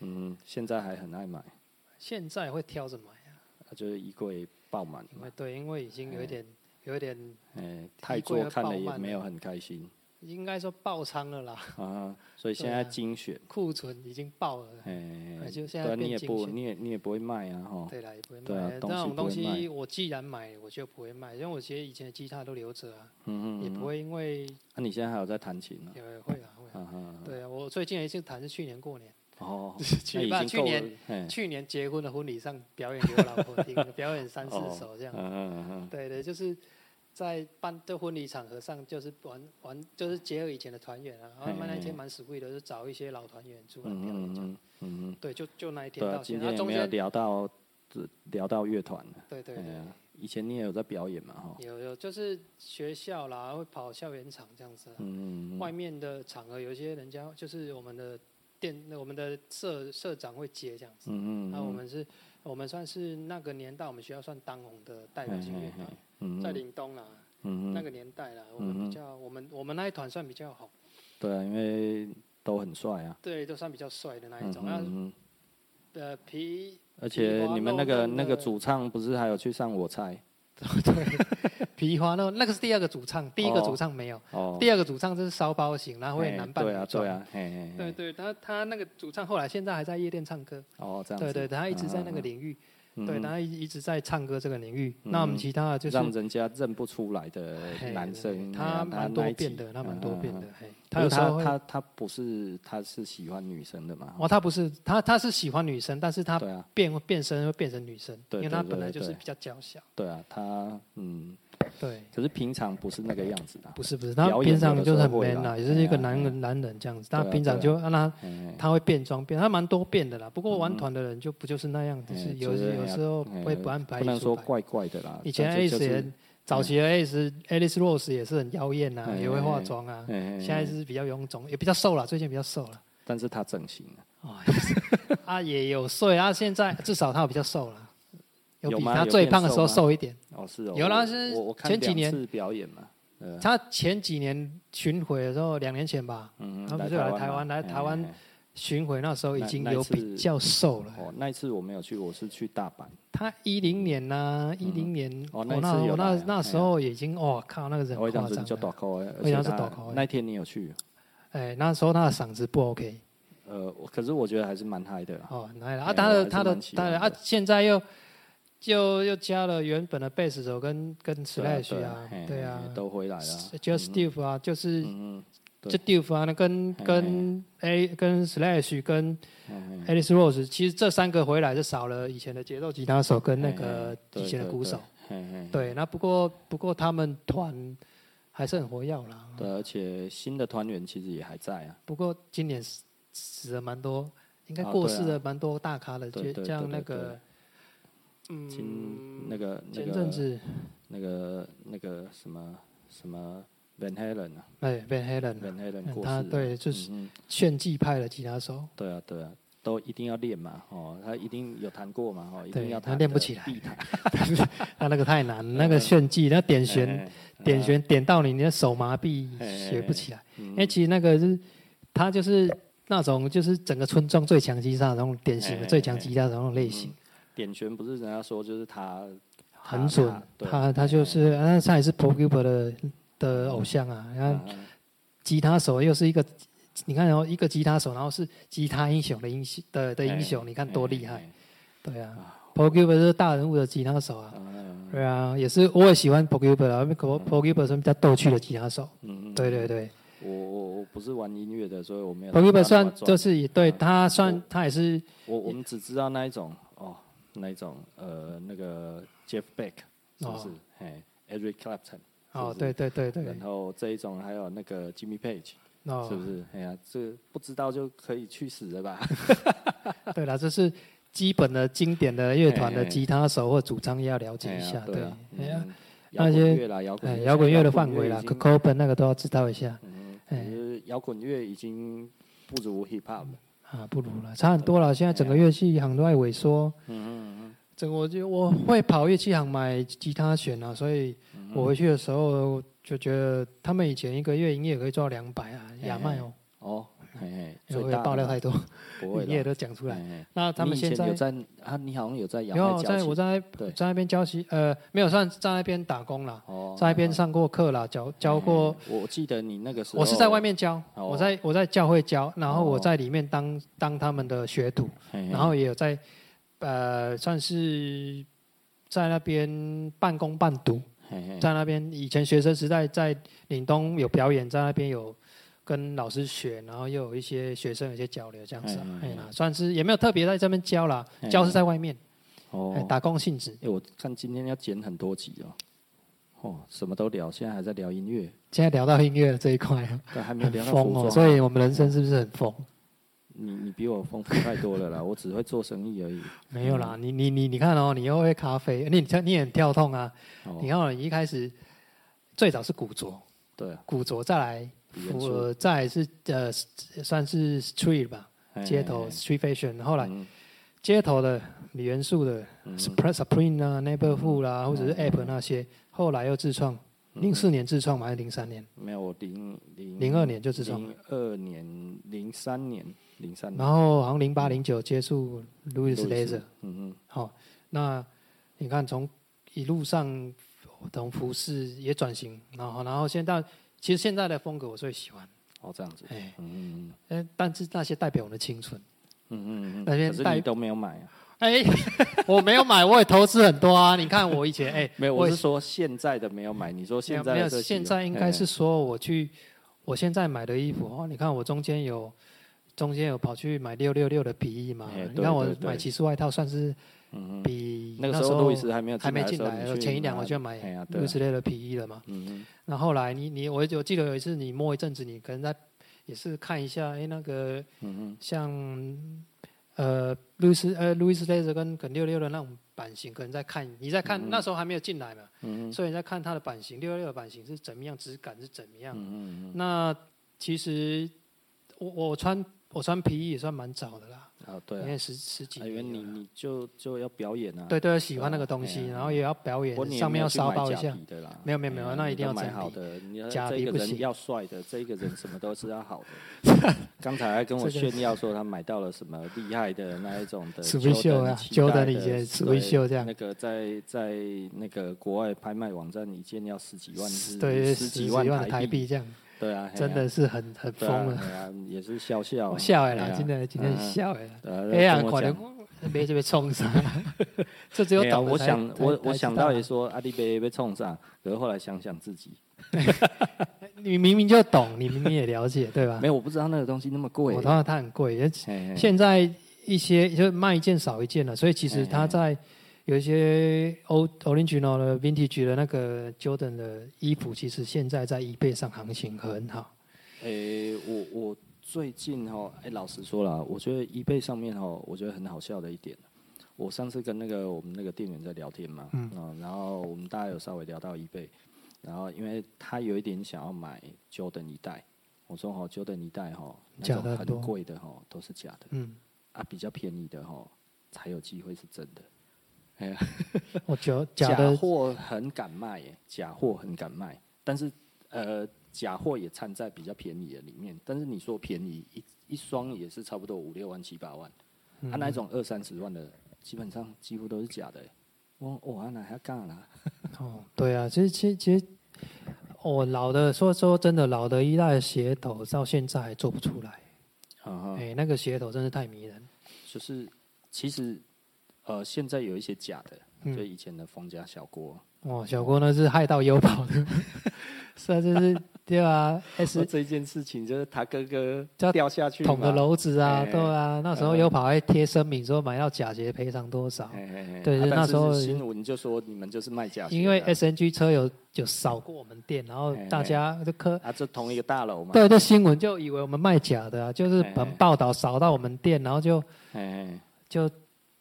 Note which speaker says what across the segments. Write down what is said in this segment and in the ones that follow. Speaker 1: 嗯现在还很爱买，啊
Speaker 2: 现在会挑着买啊，
Speaker 1: 就是衣柜爆满
Speaker 2: 因
Speaker 1: 嘛
Speaker 2: 为，对，因为已经有一点有一点
Speaker 1: 哎、
Speaker 2: 衣
Speaker 1: 太
Speaker 2: 柜
Speaker 1: 座
Speaker 2: 会
Speaker 1: 看
Speaker 2: 爆
Speaker 1: 了也
Speaker 2: 满
Speaker 1: 没
Speaker 2: 的
Speaker 1: 有很开心
Speaker 2: 应该说爆仓了啦，
Speaker 1: 啊，所以现
Speaker 2: 对
Speaker 1: 在
Speaker 2: 啊
Speaker 1: 精选，
Speaker 2: 库存已经爆了。
Speaker 1: 哎、
Speaker 2: 哎就现
Speaker 1: 对
Speaker 2: 在
Speaker 1: 啊，你
Speaker 2: 变
Speaker 1: 也
Speaker 2: 精
Speaker 1: 不
Speaker 2: 选
Speaker 1: 你也你也不会卖啊，哈，
Speaker 2: 对啦，也不会
Speaker 1: 对啊
Speaker 2: 卖。
Speaker 1: 东
Speaker 2: 那
Speaker 1: 西
Speaker 2: 种
Speaker 1: 不
Speaker 2: 东
Speaker 1: 会卖
Speaker 2: 西，我既然买，我就不会卖，因为我其实以前的吉他都留着啊，
Speaker 1: 嗯嗯，
Speaker 2: 也不
Speaker 1: 会。
Speaker 2: 会因为
Speaker 1: 那、你现在还有在弹琴呢、
Speaker 2: 也会啊会
Speaker 1: 啊？
Speaker 2: 啊。
Speaker 1: 啊哈，
Speaker 2: 对啊，我最近一次弹是去年过年，
Speaker 1: 哦，那
Speaker 2: 去吧
Speaker 1: 已经
Speaker 2: 去
Speaker 1: 够
Speaker 2: 年
Speaker 1: 了，哎嘿
Speaker 2: 去年结婚的婚礼上表演给我老婆 听，表演三四
Speaker 1: 哦
Speaker 2: 首
Speaker 1: 嗯
Speaker 2: 这样。
Speaker 1: 嗯嗯
Speaker 2: 对对，就是在办的婚礼场合上，就是玩玩，就是结合以前的团员啊。然后
Speaker 1: 嘿
Speaker 2: 慢慢那一
Speaker 1: 嘿
Speaker 2: 天蛮 sweet 的，就找一些老团员出来
Speaker 1: 嗯
Speaker 2: 表演
Speaker 1: 嗯
Speaker 2: 这样。
Speaker 1: 嗯嗯嗯，
Speaker 2: 对，就就那一天
Speaker 1: 对啊，
Speaker 2: 到
Speaker 1: 今
Speaker 2: 现在，
Speaker 1: 天
Speaker 2: 啊
Speaker 1: 也
Speaker 2: 中
Speaker 1: 没有
Speaker 2: 间
Speaker 1: 聊到聊到乐团了，
Speaker 2: 对对
Speaker 1: 哎
Speaker 2: 对
Speaker 1: 呀，以前你也有在表演嘛，哈，
Speaker 2: 有有就是学校啦，会跑校园场这样子啊。
Speaker 1: 嗯嗯
Speaker 2: 外
Speaker 1: 嗯，
Speaker 2: 面的场合，有些人家就是我们的店，我们的社社长会接这样子。
Speaker 1: 嗯嗯，
Speaker 2: 那、我们是，我们算是那个年代我们学校算当红的代表性乐团，
Speaker 1: 嗯
Speaker 2: 在
Speaker 1: 嗯
Speaker 2: 岭东啦，
Speaker 1: 嗯
Speaker 2: 那
Speaker 1: 嗯，
Speaker 2: 个年代啦，我们比较，我们我们那一团算比较好，
Speaker 1: 对啊，因为都很帅啊，
Speaker 2: 对，都算比较帅的那一
Speaker 1: 嗯
Speaker 2: 种。那、
Speaker 1: 嗯嗯，
Speaker 2: 呃皮
Speaker 1: 而且你们那个
Speaker 2: 皮花肉
Speaker 1: 那个
Speaker 2: 的
Speaker 1: 主唱不是还有去上我猜
Speaker 2: 皮花那那个是第二个主唱，第一个
Speaker 1: 哦
Speaker 2: 主唱没有，
Speaker 1: 哦，
Speaker 2: 第二个主唱就是烧包型，然后会
Speaker 1: 嘿
Speaker 2: 男扮
Speaker 1: 对
Speaker 2: 女
Speaker 1: 啊
Speaker 2: 装
Speaker 1: 对。啊，嘿嘿，
Speaker 2: 对
Speaker 1: 嘿，
Speaker 2: 对，他他那个主唱后来现在还在夜店唱歌，
Speaker 1: 哦这样
Speaker 2: 对
Speaker 1: 子，
Speaker 2: 对，他一直在那个
Speaker 1: 嗯
Speaker 2: 领域，
Speaker 1: 嗯
Speaker 2: 对，
Speaker 1: 嗯
Speaker 2: 他一一直在唱歌这个领域。那我们
Speaker 1: 嗯
Speaker 2: 其他的就是
Speaker 1: 让人家认不出来的
Speaker 2: 嘿
Speaker 1: 男
Speaker 2: 对
Speaker 1: 生，嗯哎
Speaker 2: 他蛮多变的，他
Speaker 1: 他
Speaker 2: 蛮多变的。。嘿，
Speaker 1: 他
Speaker 2: 有时
Speaker 1: 嗯他
Speaker 2: 候会，
Speaker 1: 他他不是他是喜欢女生的嘛？
Speaker 2: 哦，他不是他他是喜欢女生，但是他
Speaker 1: 对啊，
Speaker 2: 变变身会变成女生，因
Speaker 1: 对
Speaker 2: 为
Speaker 1: 对
Speaker 2: 他
Speaker 1: 对
Speaker 2: 本来
Speaker 1: 对
Speaker 2: 就是
Speaker 1: 对
Speaker 2: 比较娇小，
Speaker 1: 对啊，他嗯，
Speaker 2: 对。
Speaker 1: 可是平常不是那个样子啊的。
Speaker 2: 不是不是，他
Speaker 1: 表演
Speaker 2: 平常
Speaker 1: 有的
Speaker 2: 就是
Speaker 1: 时
Speaker 2: 很
Speaker 1: 候会
Speaker 2: man 啊
Speaker 1: 啦
Speaker 2: 啦，也是一个
Speaker 1: 哎呀
Speaker 2: 男
Speaker 1: 哎呀
Speaker 2: 人男人这样子。他
Speaker 1: 对啊
Speaker 2: 平常
Speaker 1: 对啊
Speaker 2: 就让他
Speaker 1: 哎
Speaker 2: 他会变装变，他蛮多变的啦。不过玩
Speaker 1: 嗯
Speaker 2: 团的人就不就是那样，就
Speaker 1: 哎
Speaker 2: 是
Speaker 1: 就
Speaker 2: 有
Speaker 1: 是
Speaker 2: 时
Speaker 1: 哎
Speaker 2: 有
Speaker 1: 呀
Speaker 2: 时候
Speaker 1: 哎
Speaker 2: 会不按牌
Speaker 1: 不能
Speaker 2: 理出
Speaker 1: 说
Speaker 2: 牌。
Speaker 1: 怪怪的啦。
Speaker 2: 以前
Speaker 1: 但是
Speaker 2: Alice
Speaker 1: 就是嗯
Speaker 2: 也早期的 Alice Alice Rose 也是很妖艳啊，
Speaker 1: 哎
Speaker 2: 也会化妆啊。
Speaker 1: 哎哎
Speaker 2: 现在
Speaker 1: 哎
Speaker 2: 是比较臃肿，也比较瘦了，最近比较瘦 了。
Speaker 1: 但是他整形了，
Speaker 2: 哦，也是啊也有瘦，啊现在至少她比较瘦了，有
Speaker 1: 有
Speaker 2: 比
Speaker 1: 吗
Speaker 2: 她
Speaker 1: 有
Speaker 2: 最
Speaker 1: 变
Speaker 2: 胖的时候
Speaker 1: 瘦吗
Speaker 2: 瘦一点。
Speaker 1: 哦是哦，
Speaker 2: 有啦
Speaker 1: 我
Speaker 2: 是
Speaker 1: 我我看
Speaker 2: 前几
Speaker 1: 两
Speaker 2: 年
Speaker 1: 次表演嘛，呃
Speaker 2: 她前几年巡回的时候，两年前吧，
Speaker 1: 嗯，
Speaker 2: 他不是有来台
Speaker 1: 嘛
Speaker 2: 湾来
Speaker 1: 哎
Speaker 2: 台湾
Speaker 1: 哎哎
Speaker 2: 巡回那时候已
Speaker 1: 那
Speaker 2: 经
Speaker 1: 那
Speaker 2: 有
Speaker 1: 次
Speaker 2: 比较瘦了。
Speaker 1: 哦，那一次我没有去，我是去大阪，
Speaker 2: 她一零年呐，一零年，
Speaker 1: 哦
Speaker 2: 我
Speaker 1: 那一
Speaker 2: 那
Speaker 1: 次
Speaker 2: 我
Speaker 1: 有来
Speaker 2: 那
Speaker 1: 啊
Speaker 2: 那
Speaker 1: 哎
Speaker 2: 时
Speaker 1: 呀
Speaker 2: 候已经，哦靠，那个人
Speaker 1: 我
Speaker 2: 夸
Speaker 1: 当时就
Speaker 2: 张
Speaker 1: 大
Speaker 2: 了。
Speaker 1: 口的，
Speaker 2: 我一
Speaker 1: 而
Speaker 2: 张
Speaker 1: 且
Speaker 2: 是
Speaker 1: 他
Speaker 2: 大啊口的
Speaker 1: 那天你有去，
Speaker 2: 哎，那时候她的嗓子不 OK。
Speaker 1: 呃，我可是我觉得还是蛮嗨的啦。
Speaker 2: 哦，来了
Speaker 1: 哎
Speaker 2: 啊！他
Speaker 1: 我还
Speaker 2: 的
Speaker 1: 是
Speaker 2: 他的
Speaker 1: 蛮喜
Speaker 2: 他
Speaker 1: 欢
Speaker 2: 的啊
Speaker 1: 的，
Speaker 2: 现在又就又加了原本的贝斯手跟跟 Slash
Speaker 1: 对
Speaker 2: 啊
Speaker 1: 嘿，
Speaker 2: 对
Speaker 1: 嘿
Speaker 2: 啊
Speaker 1: 都回来了。
Speaker 2: ，Just Steve 啊，就是
Speaker 1: 嗯嗯，对
Speaker 2: Just Steve 啊，那跟
Speaker 1: 嘿
Speaker 2: 跟 A 跟 Slash 跟
Speaker 1: 嗯
Speaker 2: Alice Rose，其实这三个回来就少了以前的节奏吉他手跟那
Speaker 1: 嘿嘿
Speaker 2: 个
Speaker 1: 对
Speaker 2: 以前的
Speaker 1: 对
Speaker 2: 鼓
Speaker 1: 对
Speaker 2: 手。
Speaker 1: 嘿嘿
Speaker 2: 对，那不过不过他们团还是很活跃啦。
Speaker 1: 对，而且新的团员其实也还在啊。
Speaker 2: 不过今年死死了蛮多，应该
Speaker 1: 啊
Speaker 2: 过
Speaker 1: 对
Speaker 2: 世
Speaker 1: 啊
Speaker 2: 了蛮多大咖的，
Speaker 1: 对
Speaker 2: 就
Speaker 1: 对
Speaker 2: 像
Speaker 1: 对
Speaker 2: 那
Speaker 1: 对
Speaker 2: 个嗯
Speaker 1: 今那个那
Speaker 2: 前阵
Speaker 1: 个
Speaker 2: 子。
Speaker 1: 那个那个什么什么 Van Halen 啊
Speaker 2: 哎，Van Halen，啊
Speaker 1: ，Van Halen
Speaker 2: 嗯
Speaker 1: 过世
Speaker 2: 他
Speaker 1: 了。
Speaker 2: 对就是
Speaker 1: 嗯嗯
Speaker 2: 炫技派的吉他手，
Speaker 1: 对啊对啊，都一定要练嘛，哦，他一定有弹过嘛，哦，一定
Speaker 2: 对
Speaker 1: 要
Speaker 2: 他
Speaker 1: 弹
Speaker 2: 练不
Speaker 1: 的
Speaker 2: 起来
Speaker 1: 必弹。
Speaker 2: 他那个太难，那个炫技，那
Speaker 1: 嗯
Speaker 2: 点
Speaker 1: 哎
Speaker 2: 弦，
Speaker 1: 哎
Speaker 2: 点
Speaker 1: 啊
Speaker 2: 弦点到你，你的手麻痹，
Speaker 1: 哎
Speaker 2: 学不起来。
Speaker 1: 嗯
Speaker 2: 因为其实那个是，他就是那种就是整个村庄最强吉他手那种典型
Speaker 1: 哎
Speaker 2: 的
Speaker 1: 哎嗯
Speaker 2: 最强吉他手那种类型，
Speaker 1: 点弦不是人家说就是他
Speaker 2: 很准。
Speaker 1: 啊对哎
Speaker 2: 他他就是，那他也是 p o g u b e 的的偶像啊。然后
Speaker 1: 啊
Speaker 2: 吉他手又是一个，你看然哦后一个吉他手，然后是吉他英雄的英雄的
Speaker 1: 哎
Speaker 2: 的英雄，你看多厉害。对啊 p o g u b e 是大人物的吉他手啊。
Speaker 1: 嗯
Speaker 2: 对啊，也是我也喜欢 p o g u b e 啊 p o g u b e 是比较逗趣的吉他手。
Speaker 1: 嗯，
Speaker 2: 对对对
Speaker 1: 我我我不是玩音乐的，所以我没有
Speaker 2: p o
Speaker 1: 看他那
Speaker 2: g u b
Speaker 1: 么
Speaker 2: e
Speaker 1: 专。
Speaker 2: 算就是也
Speaker 1: 啊
Speaker 2: 对他
Speaker 1: 哦
Speaker 2: 算他也是
Speaker 1: 我我们只知道那一种哦，那一种呃那个 Jeff Beck 是不是？
Speaker 2: 哦
Speaker 1: 嘿，Eric Clapton
Speaker 2: 哦
Speaker 1: 是，不
Speaker 2: 对
Speaker 1: 是
Speaker 2: 对对对，
Speaker 1: 然后这一种还有那个 Jimmy Page
Speaker 2: 哦
Speaker 1: 是不是？哎呀，这不知道就可以去死 了吧？
Speaker 2: 对啦，这是基本的经典的乐团的
Speaker 1: 嘿嘿
Speaker 2: 吉他手或主唱也要了解一
Speaker 1: 哎
Speaker 2: 下
Speaker 1: 呀，
Speaker 2: 对
Speaker 1: 啊，，
Speaker 2: 哎呀
Speaker 1: 嗯摇滚
Speaker 2: 那些
Speaker 1: 乐啦，摇滚
Speaker 2: 哎
Speaker 1: 乐
Speaker 2: 摇滚乐的
Speaker 1: 摇
Speaker 2: 范
Speaker 1: 滚
Speaker 2: 围
Speaker 1: 乐
Speaker 2: 啦
Speaker 1: 已
Speaker 2: c
Speaker 1: 经
Speaker 2: o c o b e n 那个都要知道一下
Speaker 1: 嗯，可
Speaker 2: 哎
Speaker 1: 是摇滚乐已经不如 hip hop 了。
Speaker 2: 啊，不如了，差很多了。现在整个乐器行都在萎缩，
Speaker 1: 嗯嗯
Speaker 2: 整个我就我会跑乐器行买吉他弦啊，所以我回去的时候就觉得他们以前一个月营业可以做到两百啊，
Speaker 1: 嘿
Speaker 2: 亚麦哦，
Speaker 1: 哦，嘿嘿，
Speaker 2: 会不
Speaker 1: 哎最
Speaker 2: 会
Speaker 1: 大的
Speaker 2: 爆料太多？
Speaker 1: 不会嗯
Speaker 2: 你也
Speaker 1: 的。
Speaker 2: 都讲出来。
Speaker 1: 嘿嘿
Speaker 2: 那他们
Speaker 1: 你以
Speaker 2: 现
Speaker 1: 前
Speaker 2: 在
Speaker 1: 有在啊？你好像有在养
Speaker 2: 有
Speaker 1: 海
Speaker 2: 在
Speaker 1: 教
Speaker 2: 我
Speaker 1: 习，
Speaker 2: 在
Speaker 1: 对
Speaker 2: 在那边教习，呃，没有算在那边打工啦，
Speaker 1: 哦
Speaker 2: 在那边
Speaker 1: 嗯
Speaker 2: 上过课啦，教教过。
Speaker 1: 嘿嘿我记得你那个时候，
Speaker 2: 我是在外面教，
Speaker 1: 哦
Speaker 2: 我在我在教会教，然后
Speaker 1: 哦
Speaker 2: 我在里面当当他们的学徒，
Speaker 1: 嘿，嘿
Speaker 2: 然后也有在呃算是在那边半工半读，
Speaker 1: 嘿嘿
Speaker 2: 在那边以前学生时代在岭东有表演，在那边有跟老师学，然后又有一些学生有一些交流这样子啊，
Speaker 1: 哎哎
Speaker 2: 哎呀，算是也没有特别在这边教啦，
Speaker 1: 哎
Speaker 2: 教是在外面，
Speaker 1: 哦
Speaker 2: 哎，打工性质，
Speaker 1: 哎、我看今天要剪很多集哦，哦，什么都聊，现在还在聊音乐，
Speaker 2: 现在聊到音乐这一块啊，
Speaker 1: 但还没有
Speaker 2: 很
Speaker 1: 聊到服
Speaker 2: 疯
Speaker 1: 装。
Speaker 2: 哦，所以我们人生是不是很疯？
Speaker 1: 你你比我丰富太多了啦，我只会做生意而已。
Speaker 2: 没有
Speaker 1: 嗯
Speaker 2: 啦，你你你你看哦，你又会咖啡，你你也很跳痛啊！你
Speaker 1: 哦，
Speaker 2: 看哦，你一开始最早是古着，
Speaker 1: 对啊，
Speaker 2: 古着再来，
Speaker 1: 元素
Speaker 2: 呃，再来是呃算是 street 吧，
Speaker 1: 嘿
Speaker 2: 街头
Speaker 1: 嘿
Speaker 2: street fashion，后来
Speaker 1: 哎嗯
Speaker 2: 街头的李元素的
Speaker 1: 嗯
Speaker 2: Supreme Supreme 啊、Neighborhood 啦，或者是 App 那些，后来又自
Speaker 1: 嗯
Speaker 2: 创，零四年自创嘛，还是零三年？
Speaker 1: 没有，我零零
Speaker 2: 02年就自创
Speaker 1: 零二年、零三年、零三年
Speaker 2: 然后好像零八零九接触 Louis
Speaker 1: 路易
Speaker 2: Laser，
Speaker 1: 斯嗯
Speaker 2: 好、那你看从一路上哦从服饰也转型，然后然后现在其实现在的风格我最喜欢，
Speaker 1: 嗯，哦这样子，
Speaker 2: 哎，
Speaker 1: 嗯嗯
Speaker 2: 呃，但是那些代表我们的青春，
Speaker 1: 嗯嗯嗯，
Speaker 2: 那边
Speaker 1: 可是
Speaker 2: 带
Speaker 1: 你都没有买啊？
Speaker 2: 哎， 我没有买，我也投资很多啊，你看我以前哎，
Speaker 1: 没有，
Speaker 2: 我
Speaker 1: 我
Speaker 2: 也
Speaker 1: 是说现在的没有买。你说
Speaker 2: 没
Speaker 1: 现
Speaker 2: 有
Speaker 1: 在
Speaker 2: 没有，
Speaker 1: 的这几
Speaker 2: 现
Speaker 1: 个
Speaker 2: 在应该是说我去，我现在买的衣服哦，你看我中间有。中间有跑去买六六六的皮衣嘛
Speaker 1: 哎？
Speaker 2: 你
Speaker 1: 对
Speaker 2: 看我
Speaker 1: 对对
Speaker 2: 买骑士外套，算是
Speaker 1: 嗯嗯
Speaker 2: 比
Speaker 1: 那个
Speaker 2: 时
Speaker 1: 时候路易斯还没有
Speaker 2: 还没
Speaker 1: 进
Speaker 2: 进
Speaker 1: 来的时候你
Speaker 2: 来，
Speaker 1: 去
Speaker 2: 前一两我
Speaker 1: 买
Speaker 2: 就买
Speaker 1: 哎呀对啊
Speaker 2: 路易斯类的皮衣了嘛。
Speaker 1: 嗯嗯
Speaker 2: 那后来你你我我记得有一次你摸一阵子，你可能在也是看一下，哎，那个
Speaker 1: 嗯
Speaker 2: 像呃路易斯呃路易斯雷斯跟跟六六的那种版型，可能在看你在看、那时候还没有进来嘛，
Speaker 1: 嗯嗯
Speaker 2: 所以你在看它的版型，六六的版型是怎么样，质感是怎么样。
Speaker 1: 嗯嗯
Speaker 2: 那其实我我穿我穿皮衣也算蛮早的啦，
Speaker 1: 嗯，啊对啊
Speaker 2: 因，为十十几
Speaker 1: 啊因为
Speaker 2: 年
Speaker 1: 你
Speaker 2: 有了。
Speaker 1: 你就就要表演啊，
Speaker 2: 对对，喜欢那个
Speaker 1: 对啊
Speaker 2: 东西，
Speaker 1: 哎呀
Speaker 2: 然后也要表
Speaker 1: 不过
Speaker 2: 演，
Speaker 1: 你也
Speaker 2: 上
Speaker 1: 没
Speaker 2: 面
Speaker 1: 有
Speaker 2: 要
Speaker 1: 去
Speaker 2: 骚
Speaker 1: 买
Speaker 2: 包一
Speaker 1: 假
Speaker 2: 下。
Speaker 1: 皮的啦，
Speaker 2: 没有没有没有
Speaker 1: 哎呀
Speaker 2: 那一定要
Speaker 1: 你都买
Speaker 2: 真皮
Speaker 1: 好的，你要
Speaker 2: 假
Speaker 1: 这
Speaker 2: 皮
Speaker 1: 个
Speaker 2: 不
Speaker 1: 人
Speaker 2: 行
Speaker 1: 要帅的，这个人什么都是要好的。 刚才还跟我
Speaker 2: 这个
Speaker 1: 炫耀说他买到了什么厉害的那一种的
Speaker 2: Switch 秀啊 Jordan 以前 Switch 秀
Speaker 1: 秀
Speaker 2: 这样
Speaker 1: 那个在在那个国外拍卖网站一件要十几万日，
Speaker 2: 对，
Speaker 1: 十
Speaker 2: 十
Speaker 1: 几
Speaker 2: 几
Speaker 1: 万
Speaker 2: 万的台
Speaker 1: 币，
Speaker 2: 币这样，
Speaker 1: 对啊，嘿啊
Speaker 2: 真的是很很
Speaker 1: 对
Speaker 2: 疯
Speaker 1: 啊
Speaker 2: 了，
Speaker 1: 嘿啊也是笑笑啊，
Speaker 2: 我 笑哎
Speaker 1: 嘿
Speaker 2: 啦
Speaker 1: 啊，
Speaker 2: 今天今天
Speaker 1: 嗯嗯
Speaker 2: 笑哎啦，
Speaker 1: 呃
Speaker 2: 哎呀，
Speaker 1: 跟我
Speaker 2: 可
Speaker 1: 讲
Speaker 2: 能没这边冲 上，这只有
Speaker 1: 没有，啊
Speaker 2: 懂
Speaker 1: 我
Speaker 2: 的才
Speaker 1: 想
Speaker 2: 才
Speaker 1: 我
Speaker 2: 才
Speaker 1: 我
Speaker 2: 知
Speaker 1: 想
Speaker 2: 道
Speaker 1: 到
Speaker 2: 啊
Speaker 1: 也说阿弟被被冲上，可是后来想想自己，
Speaker 2: 你明明就懂，你明明也了解，对吧
Speaker 1: 没？有，我不知道那个东西那么贵
Speaker 2: 啊我。当然它很贵，而且
Speaker 1: 嘿嘿
Speaker 2: 现在一些就卖一件少一件了，所以其实它在有一些 O original 的 vintage 的那个 Jordan 的衣服，其实现在在 eBay 上行情很好，
Speaker 1: 诶、哎我我最近哈、诶、老实说啦，我觉得一贝上面哈、我觉得很好笑的一点，我上次跟那个我们那个店员在聊天嘛，嗯、然后我们大家有稍微聊到一贝，然后因为他有一点想要买 Jordan 一代，我说哈、Jordan 一代哈、那
Speaker 2: 假
Speaker 1: 种
Speaker 2: 的很多
Speaker 1: 很贵的哈、都是假的
Speaker 2: 嗯，
Speaker 1: 啊，比较便宜的哈、才有机会是真的。
Speaker 2: 我觉得哦假的
Speaker 1: 货很敢卖耶，假货很敢卖，但是呃，假货也掺在比较便宜的里面。但是你说便宜一一双也是差不多五六万七八万，
Speaker 2: 嗯
Speaker 1: 啊，那一种二三十万的，基本上几乎都是假的耶。我我啊那还干啦？
Speaker 2: 哦，对啊，其实其实其实，我、老的说说真的，老的一代的鞋头到现在还做不出来，
Speaker 1: 啊
Speaker 2: 哎、
Speaker 1: 哈，
Speaker 2: 那个鞋头真是太迷人。
Speaker 1: 就是其实呃，现在有一些假
Speaker 2: 嗯
Speaker 1: 的，就以前的冯家小锅，
Speaker 2: 哦，小郭那是害到优跑的， 是啊，就是对啊
Speaker 1: 是
Speaker 2: ，S
Speaker 1: 这件事情就是他哥
Speaker 2: 叫
Speaker 1: 哥掉下去
Speaker 2: 捅的
Speaker 1: 嘛，
Speaker 2: 篓子啊，
Speaker 1: 哎
Speaker 2: 对啊，那时候优跑还贴声明说买到假鞋赔偿多少，
Speaker 1: 嘿嘿嘿
Speaker 2: 对
Speaker 1: 啊
Speaker 2: 是
Speaker 1: 但
Speaker 2: 那
Speaker 1: 是
Speaker 2: 时候
Speaker 1: 新闻就说你们就是卖假鞋的啊，
Speaker 2: 因为 SNG 车有有扫过我们店，然后
Speaker 1: 哎
Speaker 2: 大家就科。
Speaker 1: 啊，这同一个大楼嘛，
Speaker 2: 对，这新闻就以为我们卖假的啊，就是
Speaker 1: 哎
Speaker 2: 本报道扫到我们店，然后就
Speaker 1: 哎，嘿
Speaker 2: 就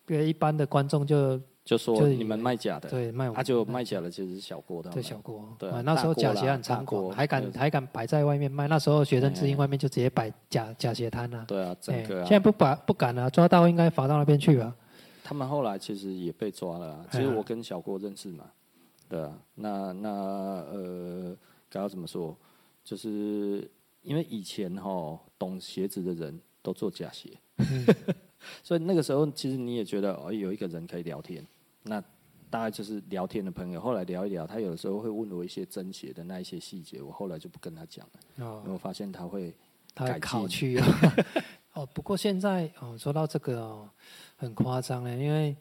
Speaker 2: 给一般的观众就
Speaker 1: 就说
Speaker 2: 就以为
Speaker 1: 你们卖假的，
Speaker 2: 对卖我们
Speaker 1: 他就卖假的就是小郭的，
Speaker 2: 对小锅，
Speaker 1: 对啊
Speaker 2: 啊，那时候
Speaker 1: 大锅
Speaker 2: 假
Speaker 1: 啦
Speaker 2: 鞋很猖
Speaker 1: 大
Speaker 2: 狂，
Speaker 1: 锅
Speaker 2: 还敢
Speaker 1: 对
Speaker 2: 还敢摆在外面卖。那时候学生之
Speaker 1: 哎
Speaker 2: 英
Speaker 1: 哎
Speaker 2: 外面就直接摆假假鞋摊啊。
Speaker 1: 对啊，整
Speaker 2: 哎
Speaker 1: 个
Speaker 2: 现
Speaker 1: 啊，
Speaker 2: 在不把不敢了、啊抓到应该罚到那边去吧。
Speaker 1: 他们后来其实也被抓了啊。其
Speaker 2: 哎
Speaker 1: 实我跟小郭认识嘛，对啊，那那呃，该要怎么说？就是因为以前哈懂鞋子的人都做假 鞋，所以那个时候其实你也觉得哦有一个人可以聊天，那大概就是聊天的朋友。后来聊一聊，他有的时候会问我一些真鞋的那一些细节，我后来就不跟他讲了，因为
Speaker 2: 哦，
Speaker 1: 我发现他会啊
Speaker 2: 他
Speaker 1: 改
Speaker 2: 会考
Speaker 1: 进
Speaker 2: 去 哦。哦，不过现在哦，说到这个哦，很夸张嘞，因为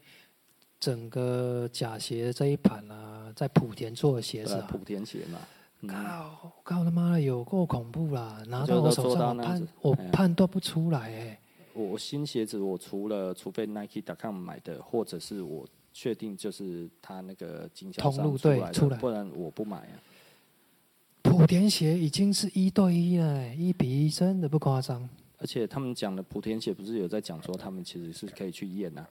Speaker 2: 整个假鞋这一盘啊，在莆田做的鞋子
Speaker 1: 呃
Speaker 2: 啊，
Speaker 1: 莆田鞋嘛。嗯，
Speaker 2: 靠，靠他妈的有够恐怖啦！拿到我
Speaker 1: 就都
Speaker 2: 手
Speaker 1: 做到
Speaker 2: 上，我
Speaker 1: 那样
Speaker 2: 判
Speaker 1: 子
Speaker 2: 我
Speaker 1: 哎呀
Speaker 2: 判断不出来哎。
Speaker 1: 我我新鞋子我除了除非 Nike.com 买的，或者是我确定就是他那个经销
Speaker 2: 通
Speaker 1: 商
Speaker 2: 路
Speaker 1: 出
Speaker 2: 对
Speaker 1: 来
Speaker 2: 出
Speaker 1: 的，
Speaker 2: 来
Speaker 1: 不然我不买啊。
Speaker 2: 莆田鞋已经是一对一了欸，一比一，真的不夸张。
Speaker 1: 而且他们讲的莆田鞋不是有在讲说他们其实是可以去验啊，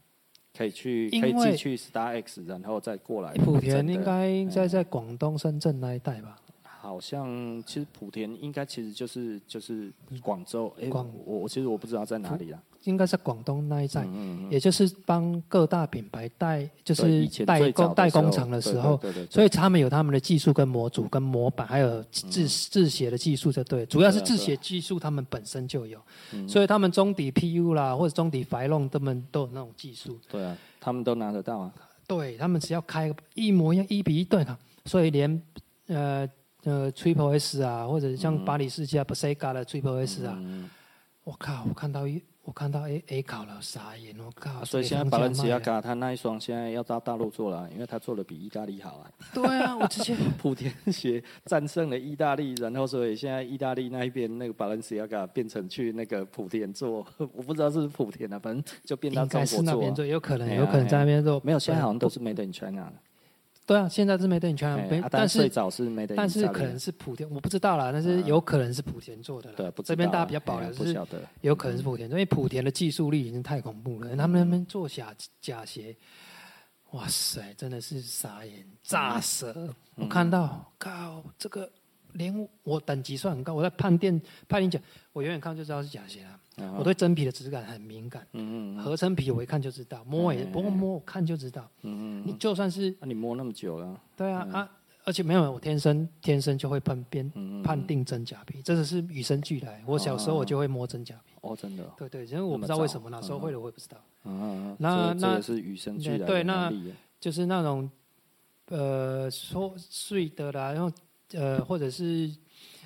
Speaker 1: 可以去
Speaker 2: 因
Speaker 1: 可
Speaker 2: 为
Speaker 1: 以寄去 Star X，然后再过来。
Speaker 2: 莆田应
Speaker 1: 哎真的
Speaker 2: 该在
Speaker 1: 哎
Speaker 2: 在广东、深圳那一带吧？
Speaker 1: 好像其实莆田应该其实就是就是广州，哎、
Speaker 2: 广
Speaker 1: 我我其实我不知道在哪里啦。
Speaker 2: 应该在广东那一带，
Speaker 1: 嗯嗯嗯，
Speaker 2: 也就是帮各大品牌代，就
Speaker 1: 对
Speaker 2: 是
Speaker 1: 以前
Speaker 2: 代
Speaker 1: 最早
Speaker 2: 工
Speaker 1: 的
Speaker 2: 代
Speaker 1: 时候
Speaker 2: 工厂的时候，
Speaker 1: 对对对对
Speaker 2: 所以他们有他们的技术跟模组、跟模板，还有制制鞋的技术，就对，主要是
Speaker 1: 嗯对啊嗯
Speaker 2: 制鞋技术他们本身就有，所以他们中底 PU 啦，或者中底 f i l o n 他们都有那种技术，
Speaker 1: 对啊，他们都拿得到啊。
Speaker 2: 对他们只要开一模一样一比一对啊，所以连呃呃 Triple S 啊，或者像巴黎世家 Bottega 的 Triple S 啊，
Speaker 1: 嗯，
Speaker 2: 我靠，我看到一我看到 A A 考了，傻眼，我靠，
Speaker 1: 啊所以
Speaker 2: 这
Speaker 1: 现
Speaker 2: 个
Speaker 1: 在
Speaker 2: 房
Speaker 1: 巴
Speaker 2: 价
Speaker 1: 伦西亚
Speaker 2: 卖啊了
Speaker 1: 卡他那一双现在要到大陆做了啊、因为他做的比意大利好啊。
Speaker 2: 对啊，我之 前
Speaker 1: 莆田鞋战胜了意大利，然后所以现在意大利那一边那个巴伦西亚卡变成去那个莆田做， 我不知道是不是莆田啊，反正就变到
Speaker 2: 应
Speaker 1: 中
Speaker 2: 该
Speaker 1: 国
Speaker 2: 是那
Speaker 1: 做
Speaker 2: 边
Speaker 1: 啊、
Speaker 2: 做，有可能
Speaker 1: 哎呀
Speaker 2: 有可能在那边做。啊
Speaker 1: 没有，现在好像都是 Made in China 了。
Speaker 2: 对啊，现在是没等你全
Speaker 1: 哎
Speaker 2: 没
Speaker 1: 啊，
Speaker 2: 但
Speaker 1: 最
Speaker 2: 是
Speaker 1: 早是 Made in
Speaker 2: 但是
Speaker 1: Italy 啊
Speaker 2: 可能是莆田，我不知道啦，但是有可能是莆田做的啦。
Speaker 1: 嗯对，不知道啊
Speaker 2: 这边大家比较保
Speaker 1: 哎呀
Speaker 2: 留，
Speaker 1: 不
Speaker 2: 就是
Speaker 1: 晓得。
Speaker 2: 有可能是莆田，因为莆田的技术力已经太恐
Speaker 1: 嗯
Speaker 2: 怖了，他们那边做假假鞋，哇塞，真的是傻眼炸舌！
Speaker 1: 嗯
Speaker 2: 我看到，靠，这个连我等级算很高，我在判定判定讲，我远远看就知道是假鞋啦。
Speaker 1: 然后
Speaker 2: 我对真皮的质感很敏感，
Speaker 1: 啊嗯嗯
Speaker 2: 合成皮我一看就知道，摸也
Speaker 1: 哎
Speaker 2: 不过摸我看就知道。
Speaker 1: 嗯嗯
Speaker 2: 你
Speaker 1: 嗯，
Speaker 2: 就算是
Speaker 1: 那、你摸那么久了，
Speaker 2: 对啊、啊，而且没有我天生天生就会判边
Speaker 1: 嗯嗯，
Speaker 2: 判定真假皮，这个是与生俱来。我小时候我就会摸真假皮，
Speaker 1: 哦，真的哦，
Speaker 2: 对对，因为我不知道为什么那时候会的我也不知道，
Speaker 1: 嗯嗯嗯，这个
Speaker 2: 那
Speaker 1: 这
Speaker 2: 那
Speaker 1: 个是与生俱
Speaker 2: 对
Speaker 1: 来
Speaker 2: 对
Speaker 1: 的能
Speaker 2: 那
Speaker 1: 力耶，
Speaker 2: 就是那种呃说碎的啦，然后呃或者是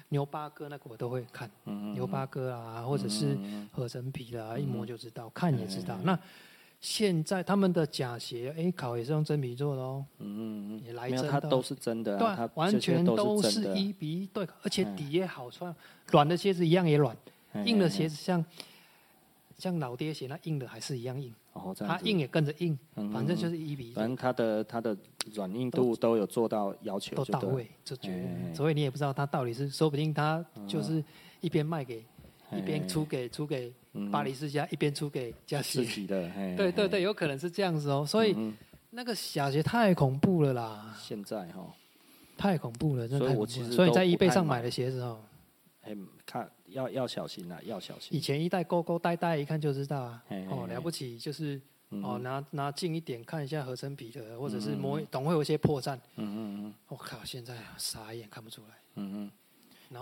Speaker 2: 牛八哥那个我都会看，
Speaker 1: 嗯嗯，
Speaker 2: 牛八哥啊，或者是
Speaker 1: 嗯嗯
Speaker 2: 合成皮啦，一摸就知道，看也知道。那现在他们的假鞋 A 考也是用真皮做的哦，
Speaker 1: 嗯嗯嗯
Speaker 2: 也
Speaker 1: 嗯，
Speaker 2: 来
Speaker 1: 没有，
Speaker 2: 真
Speaker 1: 它
Speaker 2: 的哦
Speaker 1: 都是真的
Speaker 2: 对
Speaker 1: 啊，
Speaker 2: 啊
Speaker 1: 它，
Speaker 2: 完
Speaker 1: 这些
Speaker 2: 全
Speaker 1: 都
Speaker 2: 都
Speaker 1: 是真
Speaker 2: 是
Speaker 1: 的啊
Speaker 2: 一比一对，而且
Speaker 1: 嗯
Speaker 2: 底也好穿，软的鞋子一样也软，硬的鞋
Speaker 1: 子，
Speaker 2: 子像像老爹鞋，那硬的还是一样硬，
Speaker 1: 哦，这样
Speaker 2: 它
Speaker 1: 子
Speaker 2: 硬也跟着硬，
Speaker 1: 嗯
Speaker 2: 反正
Speaker 1: 嗯
Speaker 2: 就是一比一
Speaker 1: 反正它的它的软硬度都有做到要求，
Speaker 2: 都
Speaker 1: 就
Speaker 2: 到
Speaker 1: 对了，
Speaker 2: 位，这绝
Speaker 1: 哎
Speaker 2: 对。
Speaker 1: 哎
Speaker 2: 所以你也不知道它到底是，说不定它就是一边卖给
Speaker 1: 哎嗯
Speaker 2: 一边出给出给巴黎世家，一边出给加
Speaker 1: 自
Speaker 2: 西。
Speaker 1: 己的，嘿
Speaker 2: 对对，
Speaker 1: 嘿
Speaker 2: 对，有可能是这样子哦。所以
Speaker 1: 嗯嗯
Speaker 2: 那个假鞋太恐怖了啦，
Speaker 1: 现在哈，
Speaker 2: 太恐怖了，真
Speaker 1: 所以
Speaker 2: 的太
Speaker 1: 我
Speaker 2: 恐
Speaker 1: 其
Speaker 2: 怖了。
Speaker 1: 实
Speaker 2: 所以
Speaker 1: 都
Speaker 2: 在
Speaker 1: 不
Speaker 2: 易贝
Speaker 1: 太
Speaker 2: 上
Speaker 1: 买
Speaker 2: 买的鞋子哦。
Speaker 1: 哎，看要要小心啦，要小心
Speaker 2: 以，前一代勾勾呆呆，一看就知道啊
Speaker 1: 嘿嘿。
Speaker 2: 哦，
Speaker 1: 嘿
Speaker 2: 了不起就是
Speaker 1: 嗯
Speaker 2: 哦，拿拿近一点看一下合成比的，或者是
Speaker 1: 嗯
Speaker 2: 摸，总会有一些破绽。
Speaker 1: 嗯嗯
Speaker 2: 我靠，现在傻眼看不出来。
Speaker 1: 嗯嗯
Speaker 2: 然